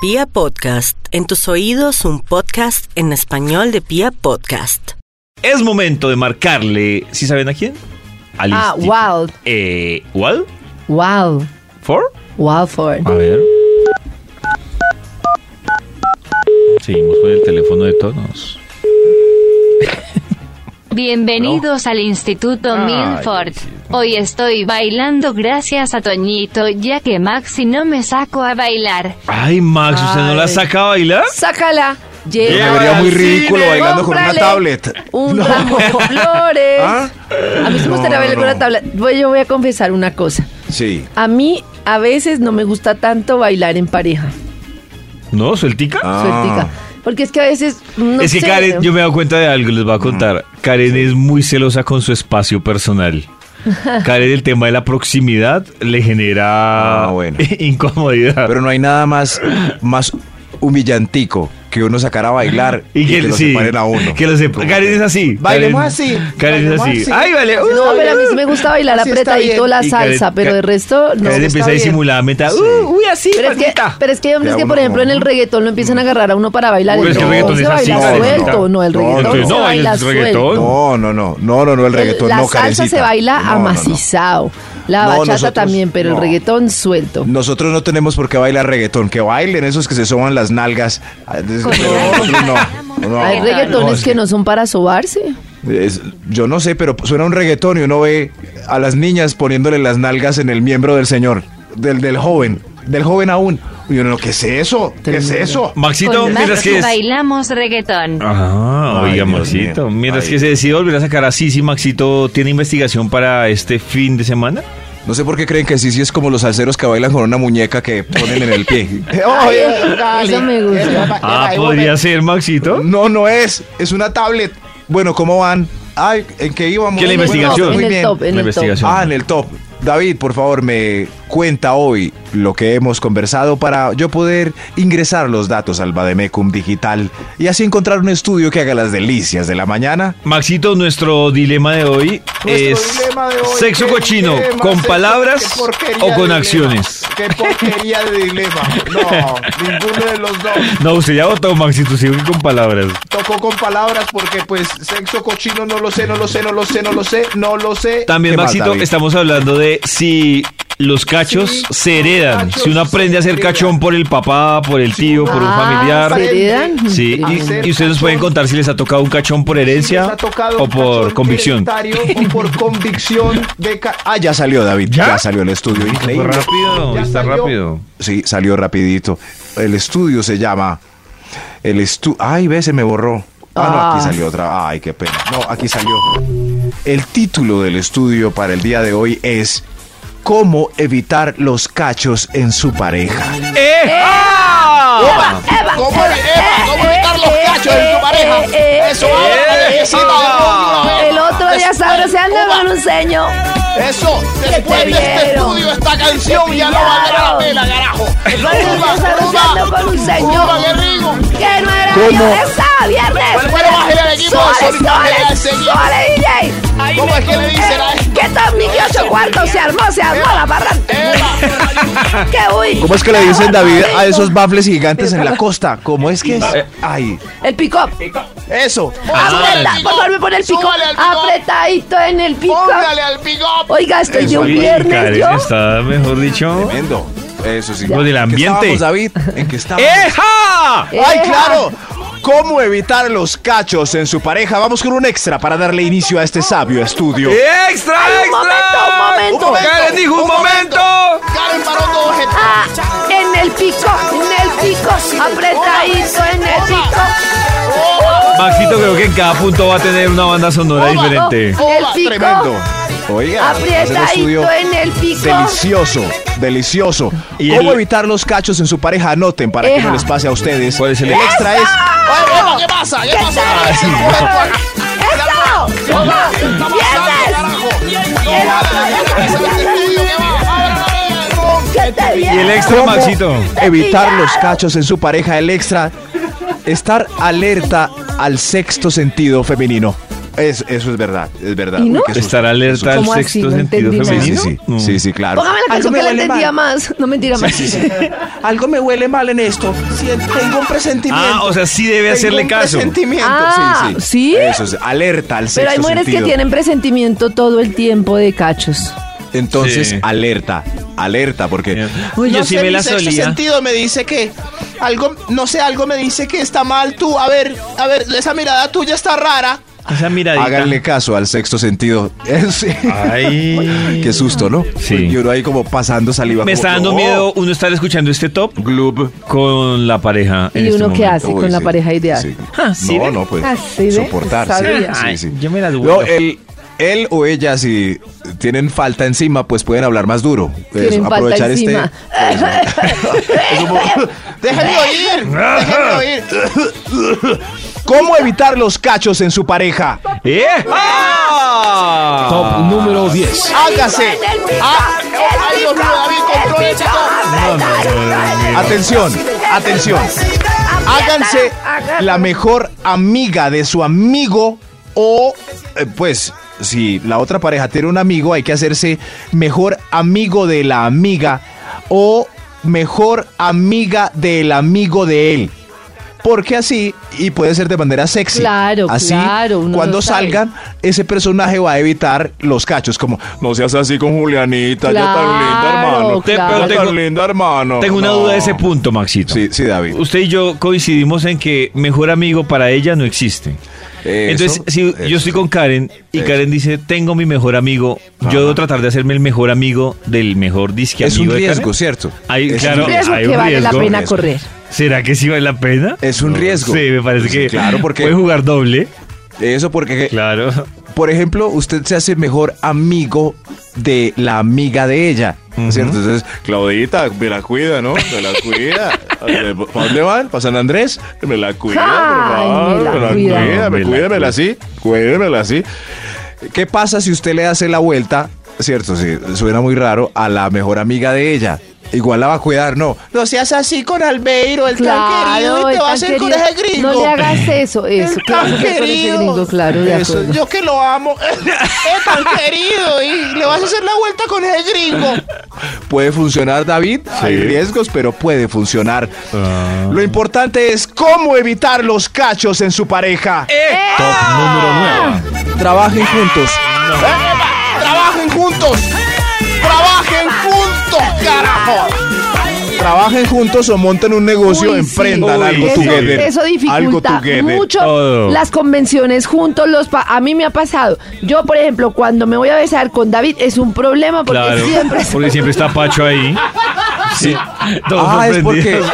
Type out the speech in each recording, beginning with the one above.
Pia Podcast, en tus oídos un podcast en español de Pia Podcast. Es momento de marcarle, ¿sí saben a quién? Al Ah, insti- Wild. Eh, ¿Wild? Wow. ¿For? Wildford. A ver. Seguimos con el teléfono de tonos. Bienvenidos al Instituto Ay, Milford. sí. Hoy estoy bailando gracias a Toñito, ya que Maxi no me sacó a bailar. Ay, Max, ¿usted no la Ay. saca a bailar? Sácala. Y me Lleva vería muy al ridículo cine. bailando con una Cómprale. tablet. un ramo de flores. ¿Ah? A mí sí me gustaría No, bailar no. con la tabla. Voy- yo voy a confesar una cosa. Sí. A mí a veces no me gusta tanto bailar en pareja. No, sueltica. Ah. Suertica. Porque es que a veces. No es que sé, Karen, yo me he dado cuenta de algo, les voy a contar. Karen es muy celosa con su espacio personal. Karen, el tema de la proximidad le genera Ah, bueno. incomodidad. Pero no hay nada más, más humillantico que uno sacar a bailar y, que, lo sí, separen a uno. Que lo sepa- Karen es así. Bailemos Karen- así, Karen es bailemos así. así. Ay, vale. uh, No, pero a mí sí me gusta bailar Así está apretadito bien. la Y salsa, Karen- pero Karen- el resto no. Karen está empieza bien. disimuladamente. Sí. Uh, uy, así, Pero es, que, palmita. pero es que hay hombres Ya que, uno por ejemplo, en el no. reggaetón lo empiezan a agarrar a uno para bailar. Pero el es que el no, reggaetón se es así, baila Karen. suelto, no, el No, reggaetón entonces se no baila bailes suelto. reggaetón. No, no, no, no, no, no, el reggaetón la no, salsa Karencita. se baila No, no, a no. macizao. La No, bachata nosotros- también, pero el no. reggaetón suelto. Nosotros no tenemos por qué bailar reggaetón, que bailen esos que se soban las nalgas. Ah, Nosotros no. no. Hay reggaetones No, que no son para sobarse. es- yo no sé, pero suena un reggaetón y uno ve a las niñas poniéndole las nalgas en el miembro del señor, del, del joven, del joven aún. Y uno, ¿qué es eso? ¿Qué es eso? Maxito, Con mientras Maxi que es. bailamos reggaetón. Ah, Ay, oiga, Dios Maxito. mío. Mientras Ay. que se decide volver a sacar a Sisi, Maxito, ¿tiene investigación para este fin de semana? No sé por qué creen que Sisi es como los salseros que bailan con una muñeca que ponen en el pie. Eso me gusta. Ah, podría ser, Maxito. no, no es, es una tablet. Bueno, ¿cómo van? Ay, ¿en qué íbamos? ¿Qué la Bueno, investigación? En muy el bien. top, en La el top. investigación. Ah, en el top. David, por favor, me cuenta hoy lo que hemos conversado para yo poder ingresar los datos al Bademecum Digital y así encontrar un estudio que haga las delicias de la mañana. Maxito, nuestro dilema de hoy Nuestro es dilema de hoy, sexo ¿qué cochino, dilema? con Sexo- palabras qué porquería o con de dilema. acciones. Qué porquería de dilema. No, ninguno de los dos. No, usted ya votó, Maxito, sigue con palabras. Tocó con palabras porque pues sexo cochino no lo sé, no lo sé, no lo sé, no lo sé, no lo sé. También, ¿Qué más, Maxito, David? estamos hablando de si los cachos Sí, se heredan. los cachos si uno aprende a se ser heredan. cachón por el papá, por el tío, por un Ah, familiar. ¿se heredan? Ah. Sí, A y, ser y ustedes nos cachón. pueden contar si les ha tocado un cachón por herencia Nos ha tocado o un por cachón convicción. hereditario O por convicción de... ca- Ah, ya salió David, ¿Ya? ya, salió el estudio, increíble. Rápido, Ya está salió. rápido. Sí, salió rapidito. El estudio se llama. El estu. Ay, ve, se me borró. Ah, no, Ah. aquí salió otra. Ay, qué pena. No, aquí salió. El título del estudio para el día de hoy es ¿Cómo evitar los cachos en su pareja? ¡Eh! ¡Ah! ¿Cómo, Eva, cómo evitar los cachos en tu pareja? Eso ahora, viejecita, de una vez. El otro día sabroso se anda con un ceño. Eso, después de este vieron. estudio, esta canción ya no valdrá la pena, carajo. Rumba, Sabroseando rumba, con un rumba, ceño. qué rico. Que no era ¿Cómo? viernes a viernes. Bueno, bájale al equipo, Suave, solita, bájale al suave, seguido. suave, DJ. ¿Cómo es que le dicen a Eh, esto? ¿Qué tal, mi ocho cuartos? Se armó, se eh, armó la barranca. Eva, ¿Qué uy? ¿Cómo es que le qué dicen David a barbarito. esos bafles gigantes en la costa? ¿Cómo es que es? Eh. Ay, El pick-up. eso. Apreta, por favor, me pone el pico. Súbale al pico. Apretadito en el pico. póngale al pick up. Oiga, estoy de Eso, un ahí, viernes Karen yo. está, mejor dicho. Tremendo. Eso sí. Lo del ¿En qué ambiente. ¡Eh! estábamos, David? ¿En qué estábamos? ¡Eja! ¡Ay, Eja. claro! ¿Cómo evitar los cachos en su pareja? Vamos con un extra para darle inicio a este sabio estudio. ¡Eh! ¡Extra, Ay, un extra! momento, un momento. ¡Karen dijo un, momento! Karen paró todo esto. Ah, en el pico, en el pico. Apretadito en el pico. Maxito, creo que en cada punto va a tener una banda sonora diferente. El Oba, pico. Tremendo. Oiga, es un estudio Apretadito en el pico. delicioso, delicioso. Y ¿Cómo el- evitar los cachos en su pareja? Anoten para que Eja. no les pase a ustedes. ¿Cuál es el extra? Es Ay, Eva, ¿qué pasa? ¿Qué ¿Qué pasa? tal? Karen? ¡Eso! Oba, Estamos ¡Viernes! hablando, carajo. No, vale, ya empezó este estudio, ¿qué va? Ábrale, ábrale, ¡Que te Y el vieron! extra, Maxito. evitar Pillado. los cachos en su pareja. El extra, estar alerta al sexto sentido femenino. Es- eso es verdad, es verdad. ¿Y no? Uy, qué susto, Estar qué susto. alerta al ¿Cómo así? sexto No sentido entendí nada. Sí, sí, femenino. sí, No. sí, sí, claro. Póngame la canción Ah, me que la huele entendía mal. más. No mentira más. Algo me huele mal en esto. Siento- tengo un presentimiento. Ah, o sea, sí debe Tengo hacerle un caso. presentimiento. Ah, sí, sí. ¿sí? Eso es alerta al sexto Pero hay mujeres sentido. que tienen presentimiento todo el tiempo de cachos. Entonces, Sí. alerta, alerta, porque... Uy, yo Pues No sí sé, me mi la sexto solía. sentido me dice que algo, no sé, algo me dice que está mal tú. A ver, a ver, esa mirada tuya está rara. Esa miradita. Háganle caso al sexto sentido. Sí. Ay. Qué susto, ¿no? Sí. Y uno ahí como pasando saliva. Me como, está dando "No". miedo uno estar escuchando este top Gloob. con la pareja. en ¿Y este uno qué momento. hace Uy, con la sí, pareja ideal? sí. Ah, ¿sí no, ve? no, pues. Ah, ¿sí ve? soportar, sí, Sabía. sí, sí. Ay, yo me las no, vuelo. él, él o ella, si tienen falta encima, pues pueden hablar más duro. Pues, Eso, Tienen falta aprovechar este este encima. Déjenme oír, déjenme oír. este. ¿Cómo evitar los cachos en su pareja? ¿Eh? Top Ah. número 10. Hágase. Ah, ay, Dios mío, David, controle ese top. Ah. Atención, atención. Háganse la mejor amiga de su amigo o, eh, pues, si la otra pareja tiene un amigo, hay que hacerse mejor amigo de la amiga o mejor amiga del amigo de él. Porque así, y puede ser de manera sexy. Claro, así, claro, uno cuando no sabe. salgan, ese personaje va a evitar los cachos. Como, no seas así con Julianita, ya tan linda, Claro, hermano. Te- pero Ya tan tengo- linda, hermano. Tengo una No. duda de ese punto, Maxito. Sí, sí, David. Usted y yo coincidimos en que mejor amigo para ella no existe. Eso, Entonces, si eso. yo estoy con Karen y Eso. Karen dice, tengo mi mejor amigo, yo debo tratar de hacerme el mejor amigo del mejor disque Es un amigo de Karen. riesgo, ¿cierto? Ahí, es claro, un riesgo hay que un vale la riesgo. pena correr. ¿Será que sí vale la pena? Es un No, riesgo. Sí, me parece Sí, que claro, porque- puede jugar doble. Eso porque, Claro. por ejemplo, usted se hace mejor amigo de la amiga de ella, ¿cierto? Entonces, Claudita, me la cuida, ¿no? Me la cuida. ¿Para dónde van? ¿Para San Andrés? Me la cuida, por Ay, favor. me la cuida. me Me la cuídamela así, cuídamela así. ¿Qué pasa si usted le hace la vuelta, cierto? Sí, suena muy raro, a la mejor amiga de ella. Igual la va a cuidar, no. No seas así con Albeiro, el tan querido, Claro, y te el va a tan hacer con querido. ese gringo. No le hagas eso, eso. El Claro, tan que con ese querido. gringo, claro, de Eso, acuerdo. yo que lo amo. Es tan querido y le vas a hacer la vuelta con ese gringo. Puede funcionar, David. Hay riesgos, pero puede funcionar. Ah. Lo importante es cómo evitar los cachos en su pareja. ¡Eh! Top número 9. Trabajen juntos. Trabajen juntos. Trabajen juntos, carajo. Trabajen juntos o monten un negocio, Uy, sí. emprendan Uy, algo eso, together. eso Algo dificulta together. mucho Todo. las convenciones juntos. Los pa- a mí me ha pasado. Yo, por ejemplo, cuando me voy a besar con David es un problema porque claro. siempre es- Porque siempre está Pacho ahí. Sí. Todos Ah, es porque sorprendidos.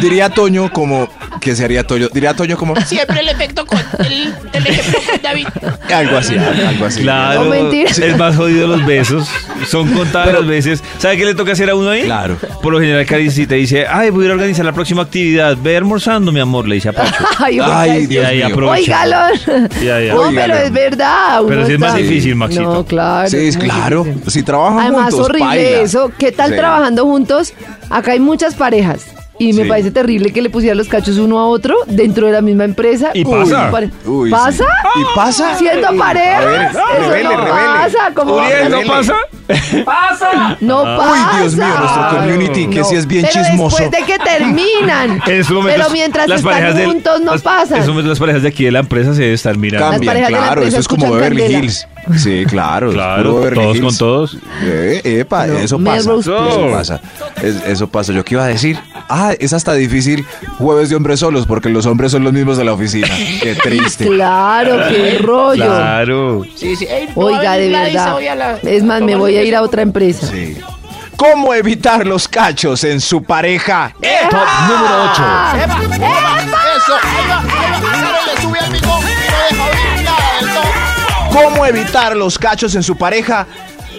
diría Toño como que se haría Toño. Diría Toño como Siempre el efecto con el, el ejemplo con David. algo así, algo así. Claro, No, mentira. es más jodido los besos. Son contadas las veces. ¿Sabe qué le toca hacer a uno ahí? Claro. Por lo general, Karen si te dice, ay, voy a ir a organizar la próxima actividad. Ve almorzando, mi amor, le dice a Pacho. Ay, oiga, Ay, es- Y Dios ahí mío. aprovecha. Oígalo. Y ahí No, aprovecha. pero es verdad. Pero uno sí es más está- difícil, Maxito. Ah, No, claro. Sí, es muy claro. difícil. Si trabajan Además, juntos, horrible paila. eso. ¿Qué tal Sí. trabajando juntos? Acá hay muchas parejas. Y me Sí. parece terrible que le pusieran los cachos uno a otro dentro de la misma empresa. Y Uy, pasa. pare- Uy, sí. ¿Pasa? ¿Y pasa? Siendo A ver, pareja. Eso revele, no revele. pasa. ¿cómo va a Uriel, ¿no Ah, Dele. pasa? No pasa. Uy, Dios mío, nuestro community, que No. sí es bien Pero chismoso. Después de que terminan. En estos momentos, pero mientras las parejas están del- juntos no las- pasan. En estos momentos, las parejas de aquí de la empresa se están mirando. Las Cambian, parejas de la claro, empresa eso es como escuchan Beverly Candela. Hills. Sí, claro. es Claro, puro Beverly todos con Hills. todos. Eh, epa, No, eso pasa. Melrose Eso Place. pasa. Es- eso pasa. Yo qué iba a decir. Ah, es hasta difícil jueves de hombres solos porque los hombres son los mismos de la oficina. Qué triste. Claro, qué rollo. Claro. Sí, sí. Ey, no va Oiga, a de venir Gladys, verdad. voy a la- Es más, me tomar voy a un ir a otra empresa. Sí. ¿Cómo evitar los cachos en su pareja? Top número 8. ¡Epa! Eso, ahí va, ahí va. Claro, le sube al pico y no deja oír nada del todo. ¿Cómo evitar los cachos en su pareja?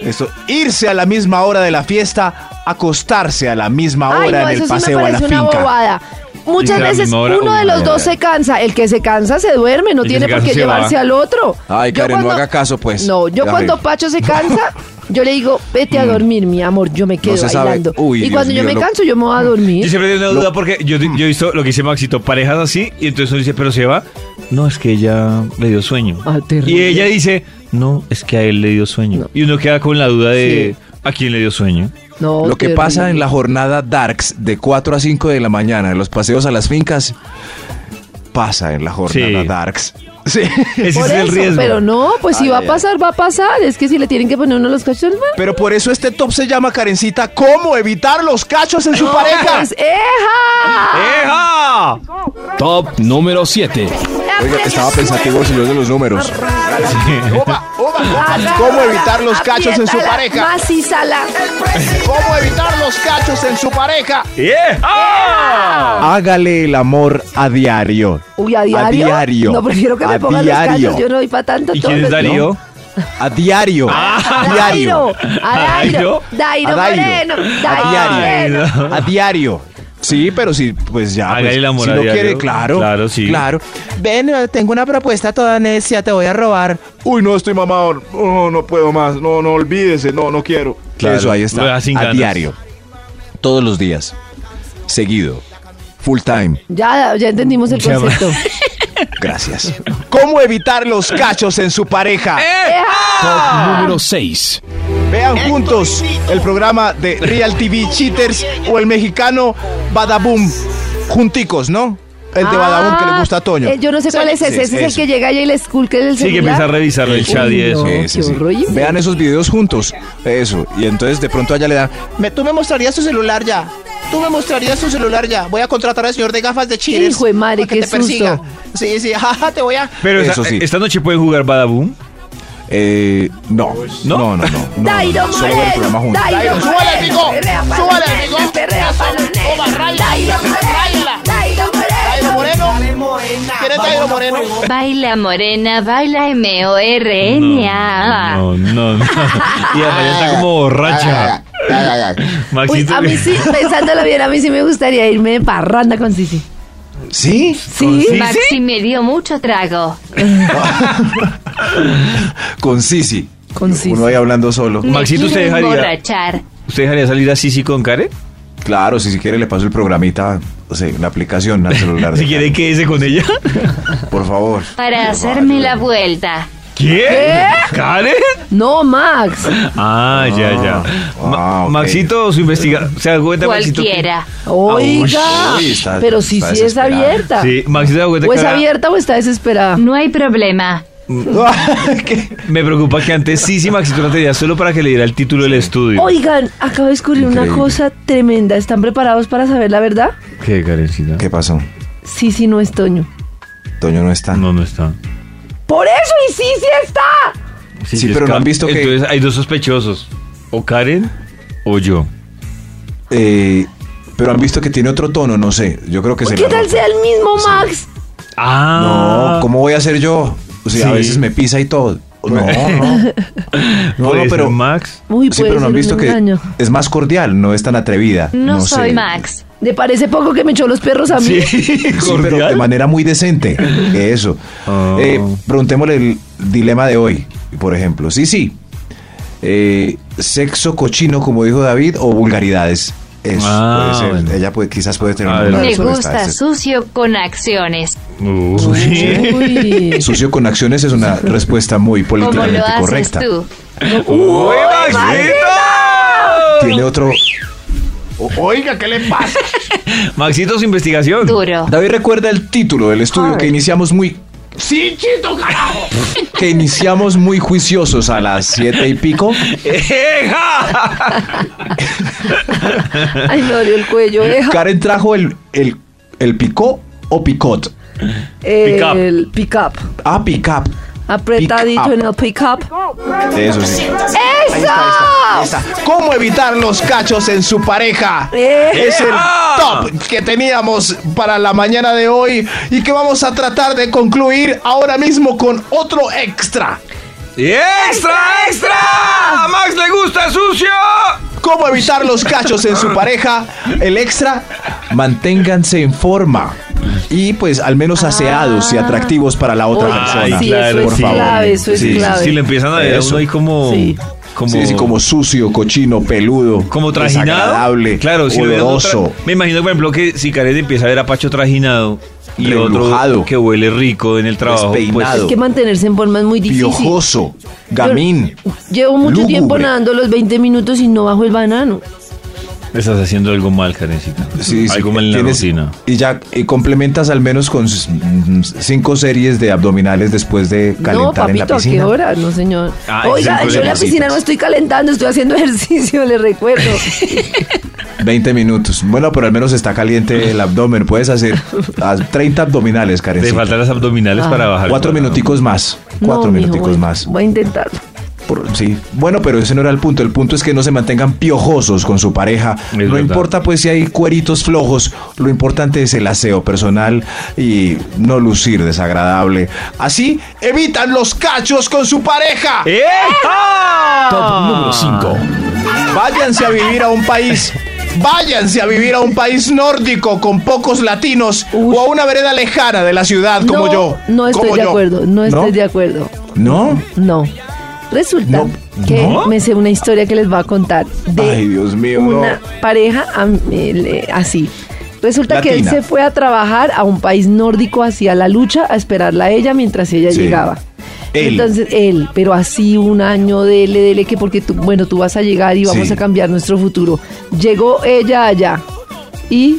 Esto, irse a la misma hora de la fiesta acostarse a la misma hora Ay, no, en el eso sí paseo me a la parece una finca. bobada. Muchas Y la veces misma hora, uno de uy, los no. dos se cansa. El que se cansa se duerme, no El que tiene se por qué cansa se va. llevarse al otro. Ay, Yo Karen, no haga caso, pues. No, yo Ya cuando ve. Pacho se cansa, yo le digo, vete a dormir, mi amor, yo me quedo Mm. se sabe. bailando. Uy, y Dios cuando yo mío, me lo- canso, yo me voy a Yo dormir. siempre tengo una duda porque yo, yo he visto lo que dice Maxito, parejas así, y entonces uno dice, pero se va. No, es que ella le dio sueño. Ah, terrible. y ella dice, no, es que a él le dio sueño. No. Y uno queda con la duda de, ¿a quién le dio sueño? No, Lo que terrible. pasa en la jornada Darks de 4 a 5 de la mañana, en los paseos a las fincas, pasa en la jornada Sí. Darks. Sí. Ese Por es el eso, riesgo. Pero no, pues si Ay, va a ay, ay. pasar, va a pasar. Es que si le tienen que poner uno los cachos, bueno. Pero por eso este top se llama Karencita, ¿cómo evitar los cachos en su pareja? Pues, ¡eja! ¡Eh! ¡Eja! Top número 7. Oiga, estaba pensativo si yo de los números. Opa, opa, opa. Agarra, ¿Cómo evitar los cachos en su apriétala, pareja? Macízala. ¿Cómo evitar los cachos en su pareja? ¡Eja! Hágale el amor a diario. Uy, a diario. diario. No, prefiero que A me pongan los diario. cachos. Yo no doy para tanto. ¿Y todos quién es los días. Darío? A diario. A diario. Dairo, a Dairo, Dairo A Dairo. Moreno, Dairo A Moreno. diario. Ay, no. A diario. Sí, pero sí, pues ya. Hágale pues, el amor si a no diario. quiere, claro. Claro, sí. Claro. eh, Ven, tengo una propuesta toda necia, te voy a robar. Uy, no estoy mamado. No, no puedo más. No, no, olvídese. No, no quiero. Claro. Eso, ahí está. Lo deja sin a ganas. diario. Todos los días. Seguido. Full time. Ya, ya entendimos el Llama. concepto. Gracias. ¿Cómo evitar los cachos en su pareja? Top número 6. Vean juntos el programa de Real TV Cheaters o el mexicano Badaboom. Junticos, ¿no? El de Badaboom que le gusta a Toño. Eh, yo no sé cuál es ese. Sí, Ese es el eso. que llega allá y le esculca el Sí, que celular. empieza a revisarlo el chat y Uy, eso. no. Sí, qué sí, sí. horror. Vean esos videos juntos. Eso. Y entonces de pronto allá le dan. Me- tú me mostrarías tu celular ya. Tú me mostrarías tu celular ya. Voy a contratar al señor de gafas de Cheaters. Hijo de madre, para qué que te persiga. susto. Sí, sí, jaja, te voy a... Pero esta, Eso sí. esta noche pueden jugar Badaboom. eh, no. ¿No? No, no, no. no, no, Dairo no. Solo ver el programa Moreno, juntos. Dairo Dairo, súbale, amigo. Súbale, amigo. Perrea Eso. pa' los negros. Toma, ráila, Dairo Moreno, ráila. Dairo Dairo Moreno. Moreno. ¿Quién es Dairo Moreno? Baila morena, baila M-O-R-N-A. No, no, no. Y Amaya está como borracha. Uy, Maxito. a mí sí, pensándolo bien, a mí sí me gustaría irme de parranda con Sisi. ¿Sí? Sí, sí? Maxi me dio mucho trago. Con Sisi. con Sisi. Uno ahí hablando solo. Me Maxito, ¿usted quiero dejaría? emborrachar. ¿Usted dejaría salir a Sisi con Karen? Claro, si, si quiere le paso el programita, o sea, la aplicación al celular. de Si quiere, Karen. quédese con ella. Por favor. Para hacerme la vuelta. ¿Quién? ¿Karen? No, Max. Ah, ya, ya. Ma- ah, ok. Maxito, su investiga. ¿Se da cuenta, Maxito? que- Cualquiera. Oiga, uy, está- pero si está sí es desesperada. abierta. Sí, Maxito se da cuenta O Pues, que es ahora- abierta o está desesperada. No hay problema. Me preocupa que antes Sisi Maxito la tenía solo para que le diera el título del estudio. Oigan, acabo de descubrir una Increíble. cosa tremenda. ¿Están preparados para saber la verdad? ¿Qué, Karencita? ¿Qué pasó? Sí, sí, no es Toño. Toño no está. No, no está. Por eso y sí, sí está. Sí, pero no han visto que- Entonces hay dos sospechosos. O Karen o yo. Eh, pero han visto que tiene otro tono, no sé. Yo creo que se ¿Qué la tal robó. sea el mismo Max? Ah. No, ¿cómo voy a hacer yo? O sea, a Sí. veces me pisa y todo. No, no. No, Puede no, ser pero. Max. Uy, Sí, puede pero no ser han visto un que engaño. es más cordial, no es tan atrevida. No, sé. soy Max. ¿Le parece poco que me echó los perros a mí? Sí, Sí, pero de cordial. manera muy decente. Eso. Ah. Eh, preguntémosle el dilema de hoy, por ejemplo. Sí, sí. Eh, sexo cochino, como dijo David, o vulgaridades. Eso Ah, puede ser. bueno. Ella puede, quizás puede tener A una ver. Me respuesta a gusta ese. sucio con acciones. Uh, Uy. Uy. Sucio con acciones es una respuesta muy Como políticamente lo haces correcta. tú. ¡Uy, Maxito! Tiene otro. Oiga, ¿qué le pasa? Maxito, su investigación. Duro. David recuerda el título del estudio que iniciamos muy Sí, chito, carajo. que iniciamos muy juiciosos a las siete y pico. ¡Eja! Ay, me dolió el cuello, deja. Karen trajo el, el, el picó o picot. El pick up. Ah, picap. Apretadito Pick up. en el pick up. Eso sí. Ah. Esa. ¿Cómo evitar los cachos en su pareja? Eh. Es el top que teníamos para la mañana de hoy y que vamos a tratar de concluir ahora mismo con otro extra. ¡Extra, extra! ¡A Max le gusta sucio! cómo evitar los cachos en su pareja, el extra, manténganse en forma y pues al menos aseados y atractivos para la otra Oye, persona. Ah, sí, claro, eso es por favor. clave, eso es Sí, sí, clave. Si le empiezan a ver a Eso. uno ahí como. Sí. Como, Sí, sí, como sucio, cochino, peludo, como trajinado. desagradable, claro, si le ven a uno tra- oloroso. Me imagino, por ejemplo, que si Karen empieza a ver a Pacho trajinado y otro Rembrujado. que huele rico en el trabajo, pues Despeinado. Es que mantenerse en forma es muy difícil. Piojoso, gamín. Yo- llevo mucho lúgubre. tiempo nadando los 20 minutos y no bajo el banano. estás haciendo algo mal, Karencita. Sí, sí, algo mal en la tienes- rutina. Y ya y complementas al menos con s- mm, cinco series de abdominales después de calentar No, en la papito, ¿a qué piscina. hora? No, señor. Ah, ese es Oiga, el yo en la problema. piscina no estoy calentando, estoy haciendo ejercicio, le recuerdo. 20 minutos. Bueno, pero al menos está caliente el abdomen. Puedes hacer a 30 abdominales, Te Karencita. faltan las abdominales Ah. para bajar. Cuatro minuticos más. Cuatro No, mijo, minuticos bueno, más. Voy a intentarlo. Por- sí. Bueno, pero ese no era el punto. El punto es que no se mantengan piojosos con su pareja. Es no verdad. importa pues si hay cueritos flojos. Lo importante es el aseo personal y no lucir desagradable. Así evitan los cachos con su pareja. ¡Eh! Top Ah. número 5. Váyanse a vivir a un país. Váyanse a vivir a un país nórdico con pocos latinos Uy. o a una vereda lejana de la ciudad como no, yo. No estoy como de yo. acuerdo, no estoy de acuerdo. ¿No? No. Resulta No, que ¿no? me sé una historia que les voy a contar de Ay, Dios mío, una pareja am- eh, le- así. Resulta que él Latina. se fue a trabajar a un país nórdico hacia la lucha a esperarla a ella mientras ella Sí. llegaba. Él. Entonces, él, pero así un año, dele, dele, que porque tú, bueno, tú vas a llegar y vamos Sí. a cambiar nuestro futuro. Llegó ella allá y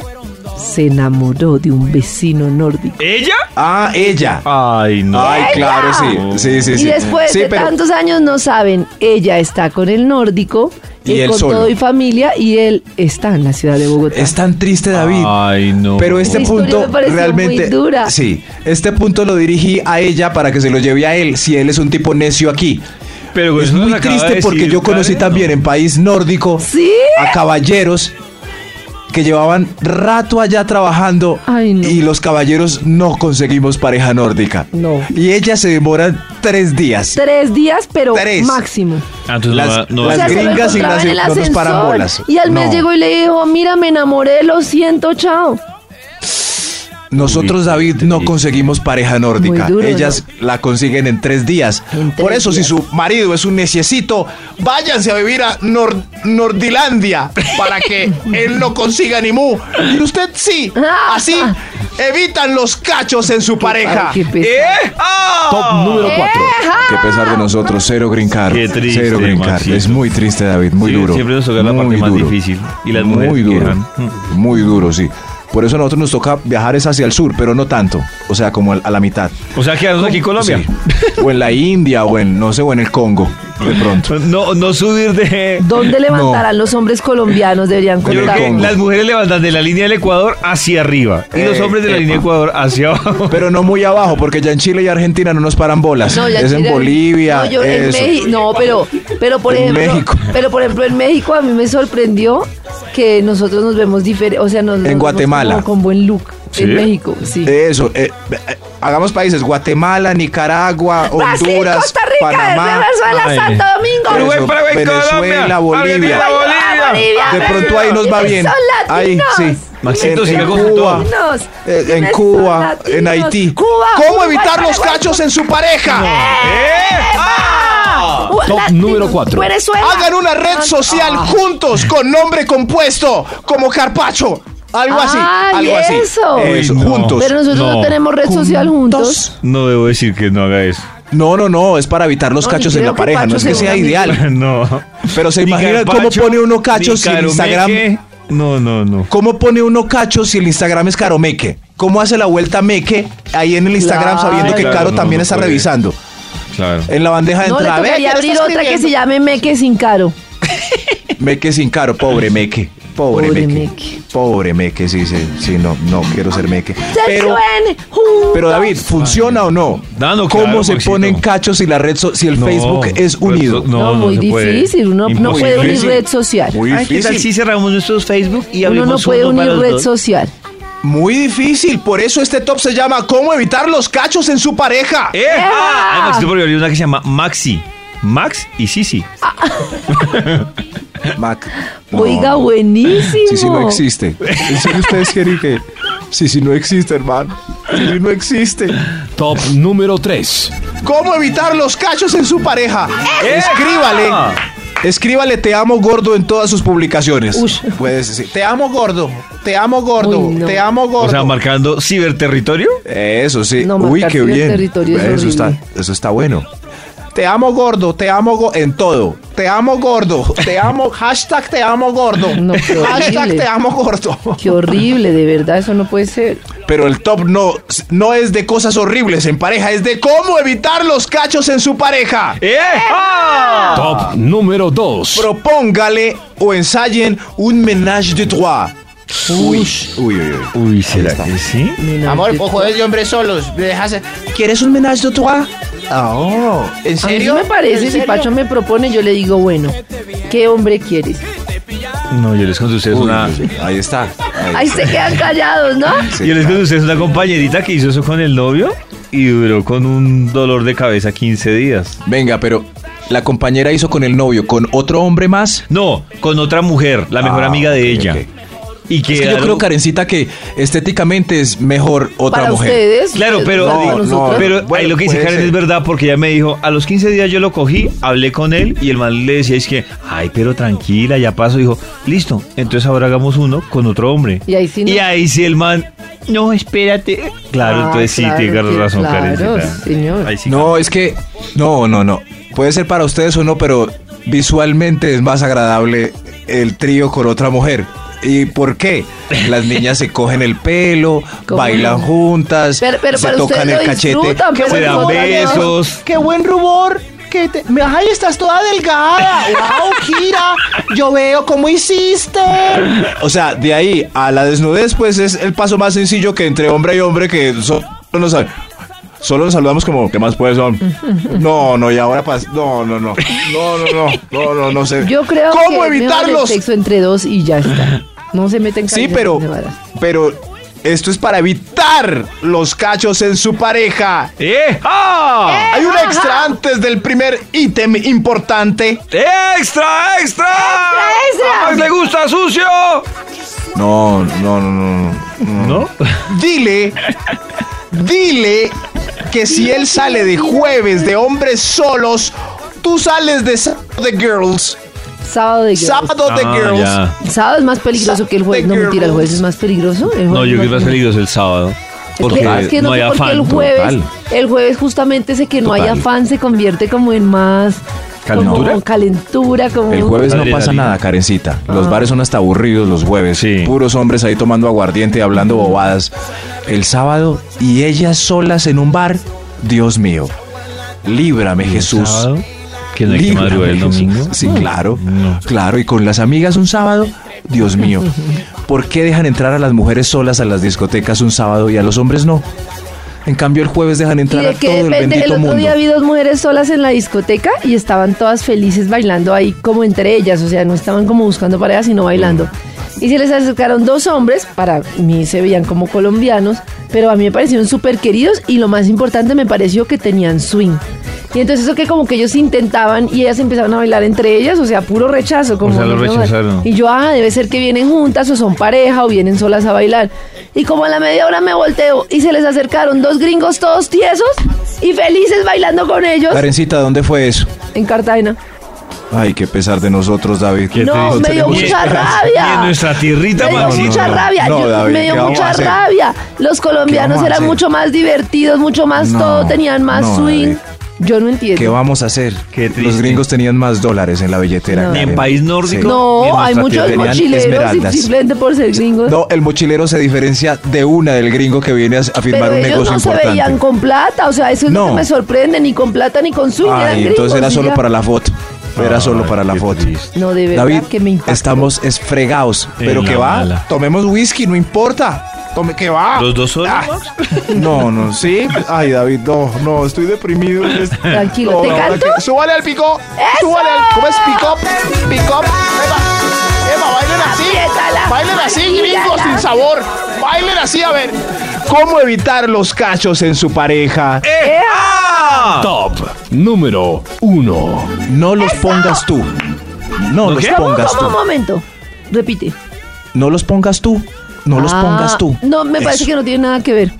se enamoró de un vecino nórdico. ¿Ella? Ah, ella. Ay, no. Ay, claro, sí. Sí, sí, sí. Y después Sí, de pero- tantos años no saben, ella está con el nórdico, Y eh, él con solo. todo y familia, y él está en la ciudad de Bogotá. Es tan triste, Ah. David. Ay, no. Pero este Esa historia punto me pareció realmente. muy dura. Sí, este punto lo dirigí a ella para que se lo lleve a él, si él es un tipo necio aquí. Pero con es eso nos muy acaba triste de porque decir, yo conocí Karen, también ¿no? en país nórdico ¿Sí? a caballeros que llevaban rato allá trabajando Ay, no. y los caballeros no conseguimos pareja nórdica. No. Y ellas se demoran tres días. Tres días, pero Tres. máximo. Ah, entonces no Las- va- no va las a- se lo gringas y encontraba las- en el no nos ascensor, paran bolas. Y al mes No. llegó y le dijo, mira, me enamoré, lo siento, chao. Nosotros, Uy, David, qué no triste. conseguimos pareja nórdica. Muy duro, Ellas la consiguen en tres días. En tres Por eso, días. si su marido es un neciecito, váyanse a vivir a Nor- Nordilandia para que él no consiga ni mu. Y usted sí. Así evitan los cachos en su pareja. Ay, qué pesar. ¿Eh? Top número 4. Qué pesar de nosotros, cero green card. Qué triste, cero green card. Maxito. Es muy triste, David, muy Sí, duro. siempre nos toca la parte más difícil. Y las mujeres Muy duro. quejan. Muy duro, sí. Por eso a nosotros nos toca viajar es hacia el sur, pero no tanto. O sea, como al- a la mitad. O sea, quedarnos aquí en Colombia. Sí. O en la India, o en, no sé, o en el Congo, de pronto. No, no subir de. ¿Dónde levantarán los hombres colombianos? Deberían Yo creo contar. que las mujeres levantan de la línea del Ecuador hacia arriba y los Eh, hombres de la epa. línea del Ecuador hacia abajo. Pero no muy abajo, porque ya en Chile y Argentina no nos paran bolas. No, ya es en quiere- Bolivia. No, yo- en eso. Meji- no, pero, pero por En ejemplo, México. pero por ejemplo en México a mí me sorprendió que nosotros nos vemos diferente, o sea, nos, nos vemos Guatemala. como con buen look ¿Sí? en México, sí. Eso, eh, eh, hagamos países, Guatemala, Nicaragua, Brasil, Honduras, Costa Rica, Panamá, Venezuela, Ay. Santo Domingo. Uruguay, Uruguay, Paraguay, Venezuela, Colombia, Bolivia. Argentina, Bolivia. De pronto ahí nos va bien. Son latinos. Ahí, sí. Maxito, En- siga en con su Cuba, top. Latinos. eh, en Son Cuba, latinos. en Haití. Cuba, ¿Cómo Uruguay, evitar los Paraguay, cachos en su pareja? Eh, Cuba, Top latinos. número cuatro. Venezuela. Ah, Hagan una red social juntos con nombre compuesto, como Carpacho. Algo así, Ay, algo así. eso. Eso, Uy, no. juntos. Pero nosotros no, No. tenemos red social juntos. No debo decir que no haga eso. No, no, no, es para evitar los No, cachos y en creo la que pareja, Pacho no es que sea seguramente- ideal. No. Pero se Ni imagina cómo Carpacho, pone uno ni cachos si el Instagram. Caromeque. No, no, no. ¿Cómo pone uno cacho si el Instagram es Caro Meque? ¿Cómo hace la vuelta Meque ahí en el Instagram Claro. sabiendo que Claro, Caro no, también no está puede. revisando? Claro. En la bandeja de No, le entrada. "Ve, tocaría ¿quién abrir está otra que se escribiendo?". llame Meque sin caro. Meque sin Caro, pobre Meque. Pobre, Pobre Meque. Meque. Pobre Meque, sí, sí, sí, no, no quiero ser Meque. Se Pero, suene juntos. pero David, ¿funciona o no? No, no, ¿Cómo claro, se Maxito. ponen cachos si la red so- si el No, Facebook pues, es unido? no, No, muy se puede. difícil. Uno no puede Imposible. unir red social. Muy Ay, ¿qué tal difícil. si cerramos nuestros Facebook y Uno abrimos no puede uno para unir los red dos? social. Muy difícil. Por eso este top se llama ¿Cómo evitar los cachos en su pareja? ¡Eh! Ah, Maxito, porque había una que se llama Maxi. Max y Sisi. Mac. no, Oiga, no. buenísimo. Sí, sí, no existe. ¿En serio ustedes quieren que.? Sí, sí, no existe, hermano. Sí, sí, no existe. Top número 3. ¿Cómo evitar los cachos en su pareja? ¡Eh! Escríbale. Escríbale te amo gordo en todas sus publicaciones. Puedes decir, te amo gordo, te amo gordo, Uy, no. te amo gordo. O sea, marcando ciberterritorio. Eso sí. No, Uy, marcar qué el bien. territorio es eso, está, horrible. eso está bueno. Te amo gordo, te amo go- en todo. Te amo gordo, te amo, hashtag te amo gordo. No, qué hashtag horrible. te amo gordo. Qué horrible, de verdad, eso no puede ser. Pero el top no, no es de cosas horribles en pareja, es de cómo evitar los cachos en su pareja. Top número 2. Propóngale o ensayen un ménage de trois. Uy, uy, uy. uy. Uy, ¿será que sí? Amor, pues, ojo, es de hombres solos. Me dejas- ¿Quieres un ménage de trois? Ah, oh. ¿En A mí serio? no me parece, ¿En si serio? Pacho me propone, yo le digo, bueno, ¿qué hombre quieres? No, yo les conté a ustedes Uy, una. uy, uy. Ahí está. Ahí Ahí se quedan callados, ¿no? está. yo les conté a ustedes una compañerita que hizo eso con el novio y duró con un dolor de cabeza 15 días. Venga, pero la compañera hizo con el novio, con otro hombre más. No, con otra mujer, la mejor Ah, amiga de ok, ella. ok. Y que Es que yo algo- creo, Karencita, que estéticamente es mejor otra Para mujer. ustedes. Claro, pero, para No, nosotros. pero ahí bueno, lo que dice puede Karen ser. es verdad porque ella me dijo, a los 15 días yo lo cogí, hablé con él y el man le decía, es que, ay, pero tranquila, ya paso. Dijo, listo, entonces ahora hagamos uno con otro hombre. Y ahí sí no. Y ahí sí el man, no, espérate. Claro, Ah, entonces sí, claro, tiene que- razón, claro, Karencita. señor. Ahí sí. No, es que. No, no, no. Puede ser para ustedes o no, pero visualmente es más agradable el trío con otra mujer. ¿Y por qué? Las niñas se cogen el pelo, ¿Cómo? bailan juntas, Pero- pero se para tocan ustedes el lo cachete. disfrutan, pero Se dan nosotras no. besos. ¡Qué buen rubor! Que te... me- ¡Ay, estás toda delgada! ¡Wow, gira! Yo veo cómo hiciste. O sea, de ahí a la desnudez, pues es el paso más sencillo que entre hombre y hombre que solo nos, solo nos saludamos como, ¿qué más puedes, hombre? No, no, y ahora pas No, no, no. No, no, no. No, no, no sé. Yo creo ¿Cómo que es mejor evitarlos? el sexo entre dos y ya está. No se meten Sí, cabezas pero. de varas. Pero esto es para evitar los cachos en su pareja. ¡Eh! ¡Ah! Hay un extra antes del primer ítem importante. ¡Extra, extra! extra! ¡A Max le gusta sucio! No, no, no, no. no. ¿No? Dile, dile que si él sale de jueves de hombres solos, tú sales de sábado de girls. Sábado de girls. Sábado de Ah, girls. ya. Sábado es más peligroso que el jueves. No, Saturday mentira, el jueves es más peligroso. El No, jueves yo creo que es más peligroso el sábado. Porque es que no, no hay sé por qué afán. el jueves, Total. el jueves justamente ese que no hay Total. afán se convierte como en más ¿Calentura? como calentura, como El jueves no Adrenalina. pasa nada, Karencita. Los Ah. bares son hasta aburridos los jueves. Sí. Puros hombres ahí tomando aguardiente y hablando bobadas. El sábado y ellas solas en un bar. Dios mío. Líbrame, Jesús. Sábado, Que no hay que Líbrame, madrugar el Jesús. domingo. Sí, claro. Claro, y con las amigas un sábado. Dios mío. ¿Por qué dejan entrar a las mujeres solas a las discotecas un sábado y a los hombres no? En cambio, el jueves dejan y entrar a de todo que de el repente el bendito otro mundo. día vi dos mujeres solas en la discoteca y estaban todas felices bailando ahí como entre ellas, o sea, no estaban como buscando pareja, sino bailando. Mm. Y se les acercaron dos hombres, para mí se veían como colombianos, pero a mí me parecieron súper queridos y lo más importante me pareció que tenían swing. Y entonces eso que como que ellos intentaban y ellas empezaron a bailar entre ellas, o sea, puro rechazo. Como sea, lo "No, rechazaron. Y yo, ah, debe ser que vienen juntas o son pareja o vienen solas a bailar. Y como a la media hora me volteo y se les acercaron dos gringos todos tiesos y felices bailando con ellos Karencita, ¿dónde fue eso? en Cartagena. Ay, qué pesar de nosotros, David. Qué No, triste. me dio Ni- mucha ni en rabia. nuestra tierrita, Me dio Maxito. mucha no, no. rabia, No, yo- David, me dio ¿qué vamos a mucha hacer? rabia. Los colombianos vamos a eran hacer? mucho más divertidos, mucho más No, todo, tenían más no, swing. David. Yo no ¿Qué entiendo. vamos a hacer? Qué triste. Los gringos tenían más dólares en la billetera. No. Karen. Ni en país nórdico. Ni en No, hay nuestra muchos tierra. tenían mochileros y esmeraldas. simplemente por ser Sí. gringos. No, el mochilero se diferencia de una del gringo que viene a a firmar Pero un ellos negocio no se importante. veían con plata, o sea, eso es lo que No. me sorprende, ni con plata ni con swing. eran Ay, gringos, entonces era y solo ya. para la foto. Era solo para la qué foto. triste. No, de verdad David, que me impactó. estamos esfregados. En Pero la que va, mala. tomemos whisky, no importa. Tome, que va. ¿Los dos solos, Ah, Max? No, no, sí. Ay, David, no, no, estoy deprimido. Tranquilo, ¿te ahora canto? que- Súbale al pico. Súbale al. ¿Cómo es pick up? Pick up. Epa, epa, bailen así. Apriétala, Bailen así, gringos apriétala. sin sabor. Bailen así, a ver. ¿Cómo evitar los cachos en su pareja? ¡Eh! Top número 1. No los pongas tú. No los ¿Qué? pongas ¿Cómo? tú. Un momento. Repite. No los pongas tú. No los Ah, pongas tú. No, me parece que no tiene nada que ver.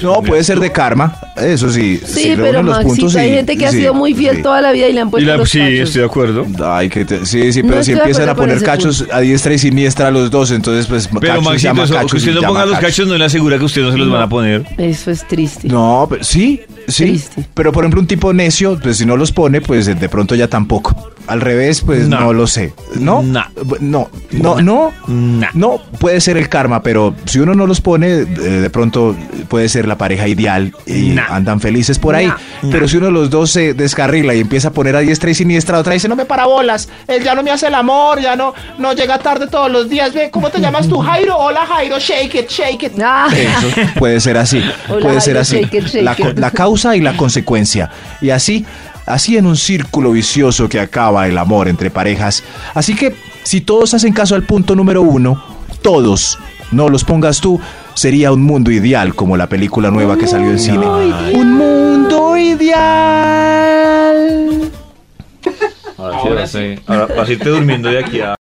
No, pues, puede ser de karma. Eso sí. Sí, si pero reúnen los Maxito, puntos, hay sí, gente que ha sí, sido muy fiel sí. toda la vida y le han Y puesto la- Pues los sí, cachos. estoy de acuerdo. Ay, que te- sí, sí, pero No si estoy de empiezan a acuerdo con poner ese cachos a diestra y siniestra los dos, entonces pues Pero cachos Maxito, llama eso, cachos que usted y no llama ponga los cachos. cachos no le asegura que usted no se los van a poner. Eso es triste. No, pero sí, sí. Triste. Pero por ejemplo, un tipo necio, pues si no los pone, pues de pronto ya tampoco. Al revés, pues No. no, lo sé. ¿No? No. No, no, no. No. No, puede ser el karma, pero si uno no los pone, eh, de pronto puede ser la pareja ideal y No. andan felices por ahí. Pero si uno de los dos se descarrila y empieza a poner a diestra y siniestra, otra dice, no me para bolas, él ya no me hace el amor, ya no, no llega tarde todos los días, ve, ¿cómo te llamas tú, Jairo? Hola, Jairo, shake it, shake it. Ah, Eso puede ser así, Hola, puede ser Jairo, así. shake it, shake La, co- it. la causa y la consecuencia. Y así, así en un círculo vicioso que acaba el amor entre parejas. Así que si todos hacen caso al punto número uno, todos, no los pongas tú, sería un mundo ideal como la película nueva que salió en cine. Un mundo ideal. Ahora sí. Ahora, para irte durmiendo de aquí a...